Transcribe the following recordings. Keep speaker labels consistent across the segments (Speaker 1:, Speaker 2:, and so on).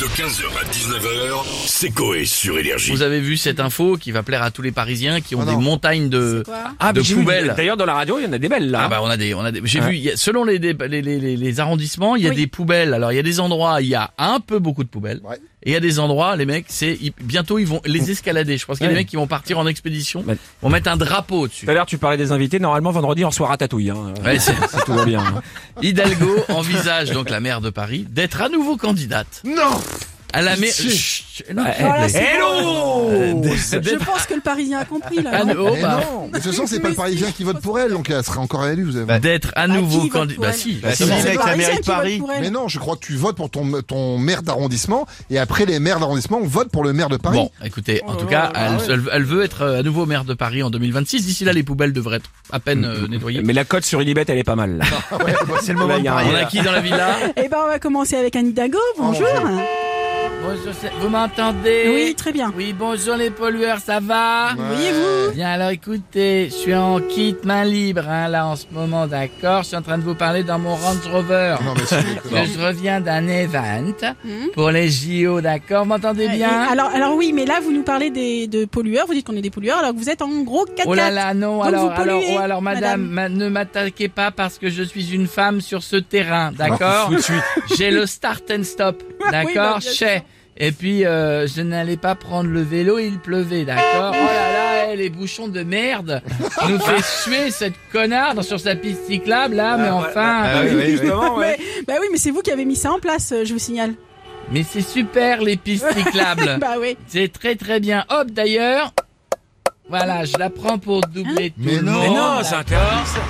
Speaker 1: De 15h à 19h, c'est Coé sur Énergie.
Speaker 2: Vous avez vu cette info qui va plaire à tous les Parisiens qui ont
Speaker 3: Oh
Speaker 2: des
Speaker 3: non.
Speaker 2: montagnes de,
Speaker 4: quoi
Speaker 5: Ah,
Speaker 2: de
Speaker 5: mais j'ai vu,
Speaker 2: poubelles.
Speaker 5: D'ailleurs, dans la radio, il y en a des belles
Speaker 3: Hein
Speaker 5: là.
Speaker 2: Ah bah on a des, on a des. J'ai vu, il y a- selon les, dé- les, les, les- les arrondissements, il y a
Speaker 4: Oui.
Speaker 2: des poubelles. Alors il y a des endroits, il y a un peu beaucoup de poubelles.
Speaker 3: Ouais.
Speaker 2: Et il y a des endroits, les mecs, c'est ils- bientôt ils vont les escalader. Je pense qu'il y a des
Speaker 5: Ouais.
Speaker 2: mecs qui vont partir en expédition,
Speaker 5: Ouais.
Speaker 2: vont mettre un drapeau
Speaker 5: Tout
Speaker 2: dessus.
Speaker 5: à l'heure, tu parlais des invités. Normalement, vendredi, on reçoit Ratatouille. Hein.
Speaker 2: Ouais, c'est-
Speaker 5: Si tout va bien. hein.
Speaker 2: Hidalgo envisage donc la maire de Paris d'être à nouveau candidate
Speaker 3: Non
Speaker 2: à la maire.
Speaker 3: Pitié.
Speaker 2: Chut, non.
Speaker 4: Voilà, c'est
Speaker 5: Bah, eh, Hello
Speaker 4: Oh, Je pense que le Parisien a compris là.
Speaker 2: Euh, Ah,
Speaker 4: non
Speaker 2: non. Oh,
Speaker 3: Eh
Speaker 2: bah.
Speaker 3: non Mais de toute façon, c'est pas le Parisien qui vote pour elle, donc elle sera encore élue, vous avez
Speaker 2: Bah, d'être à nouveau
Speaker 4: qui vote
Speaker 2: candidate.
Speaker 4: pour
Speaker 2: Bah
Speaker 4: elle
Speaker 2: si,
Speaker 3: Bah,
Speaker 2: bah,
Speaker 3: si,
Speaker 2: si.
Speaker 3: c'est
Speaker 4: le
Speaker 3: avec la
Speaker 4: Parisien
Speaker 3: mairie de
Speaker 4: qui vote
Speaker 3: Paris.
Speaker 4: pour elle.
Speaker 3: Mais non, je crois que tu votes pour ton, ton maire d'arrondissement, et après les maires d'arrondissement votent pour le maire de Paris. Oh,
Speaker 2: Bon, écoutez, en tout cas,
Speaker 4: Ah
Speaker 5: Oh.
Speaker 2: elle,
Speaker 4: bah
Speaker 2: elle- elle veut être euh, à nouveau maire de Paris en 2026. D'ici là, les poubelles devraient être à peine euh, nettoyées.
Speaker 5: Mais la cote sur Ilibet, elle est pas mal. là.
Speaker 3: c'est
Speaker 5: Là, il y a un-
Speaker 2: On a qui dans la villa
Speaker 4: Eh ben on va commencer avec Anne Hidalgo, bonjour.
Speaker 2: Bonjour, c'est- vous m'entendez
Speaker 4: oui, très bien.
Speaker 2: Oui, bonjour les pollueurs, ça va
Speaker 4: Voyez-vous
Speaker 2: Bien alors écoutez, je suis en kit main libre hein, là en ce moment, d'accord Je suis en train de vous parler dans mon Range Rover.
Speaker 3: Non, mais c'est-
Speaker 2: Parce
Speaker 3: non.
Speaker 2: que je reviens d'un event pour les JO, d'accord Vous m'entendez
Speaker 4: Et
Speaker 2: Hum. Eh bien
Speaker 4: Eh alors, alors oui, mais là vous nous parlez des, de pollueurs, vous dites qu'on est des pollueurs, alors que vous êtes en gros 4
Speaker 2: Oh là là, non,
Speaker 4: Donc
Speaker 2: alors,
Speaker 4: vous
Speaker 2: alors,
Speaker 4: polluez,
Speaker 2: oh, alors, madame, ma- ne m'attaquez pas parce que je suis une femme sur ce terrain, d'accord
Speaker 4: Ah,
Speaker 5: Tout de suite.
Speaker 2: J'ai le start and stop,
Speaker 4: bah,
Speaker 2: d'accord
Speaker 4: bien
Speaker 2: Chez.
Speaker 4: sûr.
Speaker 2: Et puis, euh, je n'allais pas prendre le vélo, il pleuvait, d'accord Oh là là, eh, les bouchons de merde nous fait suer cette connarde sur sa piste cyclable, là, mais enfin...
Speaker 5: Ah oui, oui, justement, ouais.
Speaker 4: Mais, bah oui, mais c'est vous qui avez mis ça en place, euh, je vous signale.
Speaker 2: Mais c'est super, les pistes cyclables
Speaker 4: Bah oui.
Speaker 2: C'est très très bien. Hop, d'ailleurs... Voilà, je la prends pour doubler tout
Speaker 3: Mais
Speaker 2: le
Speaker 3: non.
Speaker 2: monde.
Speaker 5: Mais non, c'est interdit.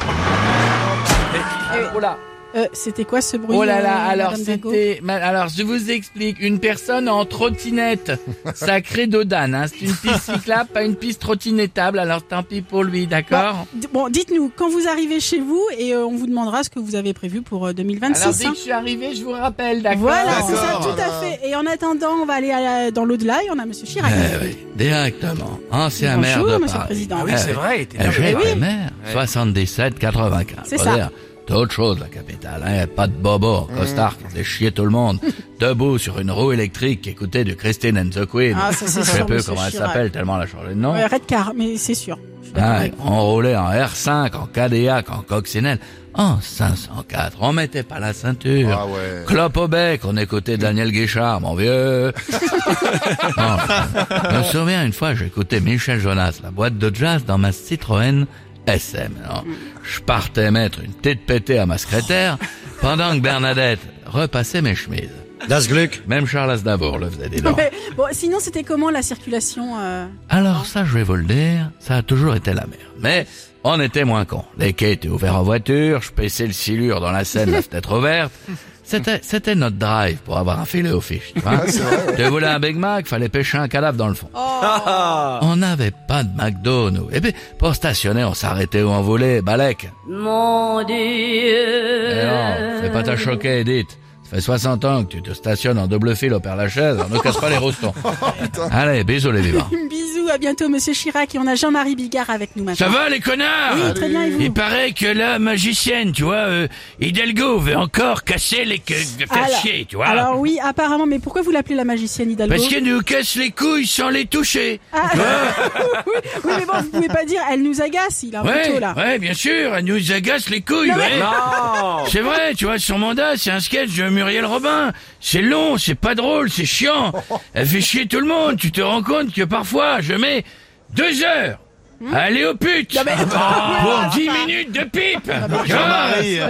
Speaker 2: d'accord Oh là
Speaker 4: Euh, C'était quoi ce bruit
Speaker 2: Oh là là,
Speaker 4: euh,
Speaker 2: alors
Speaker 4: Madame Hidalgo
Speaker 2: c'était, ma- alors je vous explique, une personne en trottinette, sacré dodane, hein, c'est une piste cyclable, pas une piste trottinettable, alors tant pis pour lui, d'accord
Speaker 4: D- Bon, dites-nous quand vous arrivez chez vous et euh, on vous demandera ce que vous avez prévu pour euh,
Speaker 2: Alors
Speaker 4: 2026.
Speaker 2: dès
Speaker 4: hein.
Speaker 2: que je suis arrivé, je vous rappelle, d'accord
Speaker 4: Voilà, c'est ça,
Speaker 3: D'accord.
Speaker 4: tout à fait. Et en attendant, on va aller à la- dans l'au-delà et on a Monsieur Chirac.
Speaker 2: Eh Directement, ancien
Speaker 4: Bonjour, monsieur le président.
Speaker 5: Ah oui, c'est vrai. t'es-
Speaker 2: Euh, J'ai
Speaker 4: Eh oui.
Speaker 2: été maire, 77-95.
Speaker 4: C'est
Speaker 2: Faut
Speaker 4: ça. Mm.
Speaker 2: dire, C'est autre chose, la capitale. Hein. Pas de bobo, costard qui faisait chier tout le monde. Debout sur une roue électrique qui écoutait de Christine and the Queen.
Speaker 4: Ah, ça, c'est
Speaker 2: Je sais
Speaker 4: sûr,
Speaker 2: plus
Speaker 4: monsieur
Speaker 2: comment elle
Speaker 4: Chirac.
Speaker 2: s'appelle, tellement elle a changé de nom.
Speaker 4: Ouais, Euh, Red Car, mais c'est sûr. Je suis d'accord
Speaker 2: Ah,
Speaker 4: avec vous.
Speaker 2: on roulait en R5, en Cadillac, en Coccinelle, en 504. On mettait pas la ceinture.
Speaker 3: Ah ouais.
Speaker 2: Clope au bec, on écoutait Daniel Guichard, mon vieux. Non, je me souviens une fois, j'écoutais Michel Jonas, la boîte de jazz dans ma Citroën SM. Alors, je partais mettre une tête pétée à ma secrétaire pendant que Bernadette repassait mes chemises. Même Charles Aznavour le faisait, dis donc.
Speaker 4: Mais, bon, sinon, c'était comment la circulation euh,
Speaker 2: Alors ça, je vais vous le dire, ça a toujours été la mer. Mais on était moins cons. Les quais étaient ouverts en voiture, je paissais le silure dans la Seine, la fenêtre ouverte. C'était, c'était notre drive pour avoir un filet aux fiches. Tu,
Speaker 3: Ah,
Speaker 2: vois. Tu voulais un Big Mac, fallait pêcher un cadavre dans le fond.
Speaker 5: Ah.
Speaker 2: On n'avait pas de McDo, nous. Et puis, pour stationner, on s'arrêtait où on voulait, Balek.
Speaker 6: Mon Dieu.
Speaker 2: Eh non, fais pas ta choquer, Edith. Ça fait 60 ans que tu te stationnes en double fil au Père Lachaise, on ne casse pas les roustons. Allez, bisous les vivants.
Speaker 4: Bisous, à bientôt, Monsieur Chirac. Et on a Jean-Marie Bigard avec nous
Speaker 2: Ça
Speaker 4: maintenant.
Speaker 2: va les connards
Speaker 4: oui, très bien, et vous
Speaker 2: Il paraît que la magicienne, tu vois, euh, Hidalgo veut encore casser les que de faire
Speaker 4: Alors-
Speaker 2: chier, tu vois.
Speaker 4: Alors oui, apparemment, mais pourquoi vous l'appelez la magicienne Hidalgo
Speaker 2: Parce qu'elle nous casse les couilles sans les toucher.
Speaker 4: Ah, oui, oui, mais bon, vous pouvez pas dire, elle nous agace, il a un
Speaker 2: Ouais,
Speaker 4: couteau, Ah, là.
Speaker 2: ouais, bien sûr, elle nous agace les couilles, ouais.
Speaker 5: Non. Ah,
Speaker 2: C'est vrai, tu vois, son mandat, c'est un sketch de Muriel Robin. C'est long, c'est pas drôle, c'est chiant. Elle fait chier tout le monde. Tu te rends compte que parfois, je mets deux heures à aller aux putes pour dix minutes de pipe. Tu vois, C'est
Speaker 4: Jean-Marie.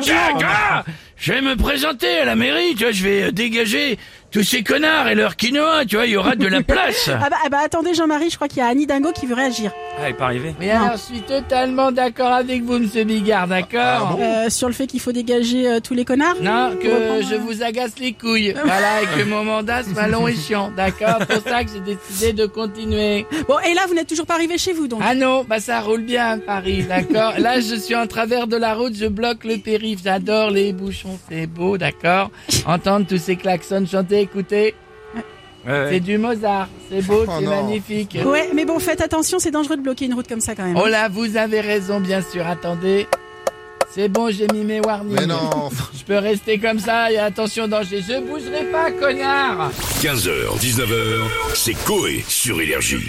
Speaker 2: honteux, tu vois. Je vais me présenter à la mairie, tu vois, je vais euh, dégager tous ces connards et leur quinoa, tu vois, il y aura de la place.
Speaker 4: Ah bah, ah bah, attendez, Jean-Marie, je crois qu'il y a Annie Dingo qui veut réagir.
Speaker 5: Ah, elle est pas arrivée.
Speaker 2: Mais alors, je suis totalement d'accord avec vous, monsieur Bigard, d'accord
Speaker 4: Euh, sur le fait qu'il faut dégager euh, tous les connards
Speaker 2: Non,
Speaker 4: Pour reprendre,
Speaker 2: que je
Speaker 4: euh,
Speaker 2: vous agace les couilles. Voilà, et que mon mandat soit long et chiant. D'accord C'est pour ça que j'ai décidé de continuer.
Speaker 4: Bon, et là, vous n'êtes toujours pas arrivé chez vous, donc.
Speaker 2: Ah non, bah ça roule bien à Paris, d'accord Là, je suis en travers de la route, je bloque le périph'. J'adore les bouchons, c'est beau, d'accord Entendre tous ces klaxons chanter, écouter,
Speaker 5: Ouais, ouais.
Speaker 2: c'est du Mozart. C'est beau,
Speaker 3: Oh
Speaker 2: c'est
Speaker 3: non.
Speaker 2: magnifique.
Speaker 4: Ouais, mais bon, faites attention, c'est dangereux de bloquer une route comme ça, quand même.
Speaker 2: Oh là, vous avez raison, bien sûr. Attendez. C'est bon, j'ai mis mes warnings.
Speaker 3: Mais non.
Speaker 2: Je peux rester comme ça et attention danger. Je bougerai pas, connard
Speaker 1: 15h, 19h, c'est Coé sur Énergie.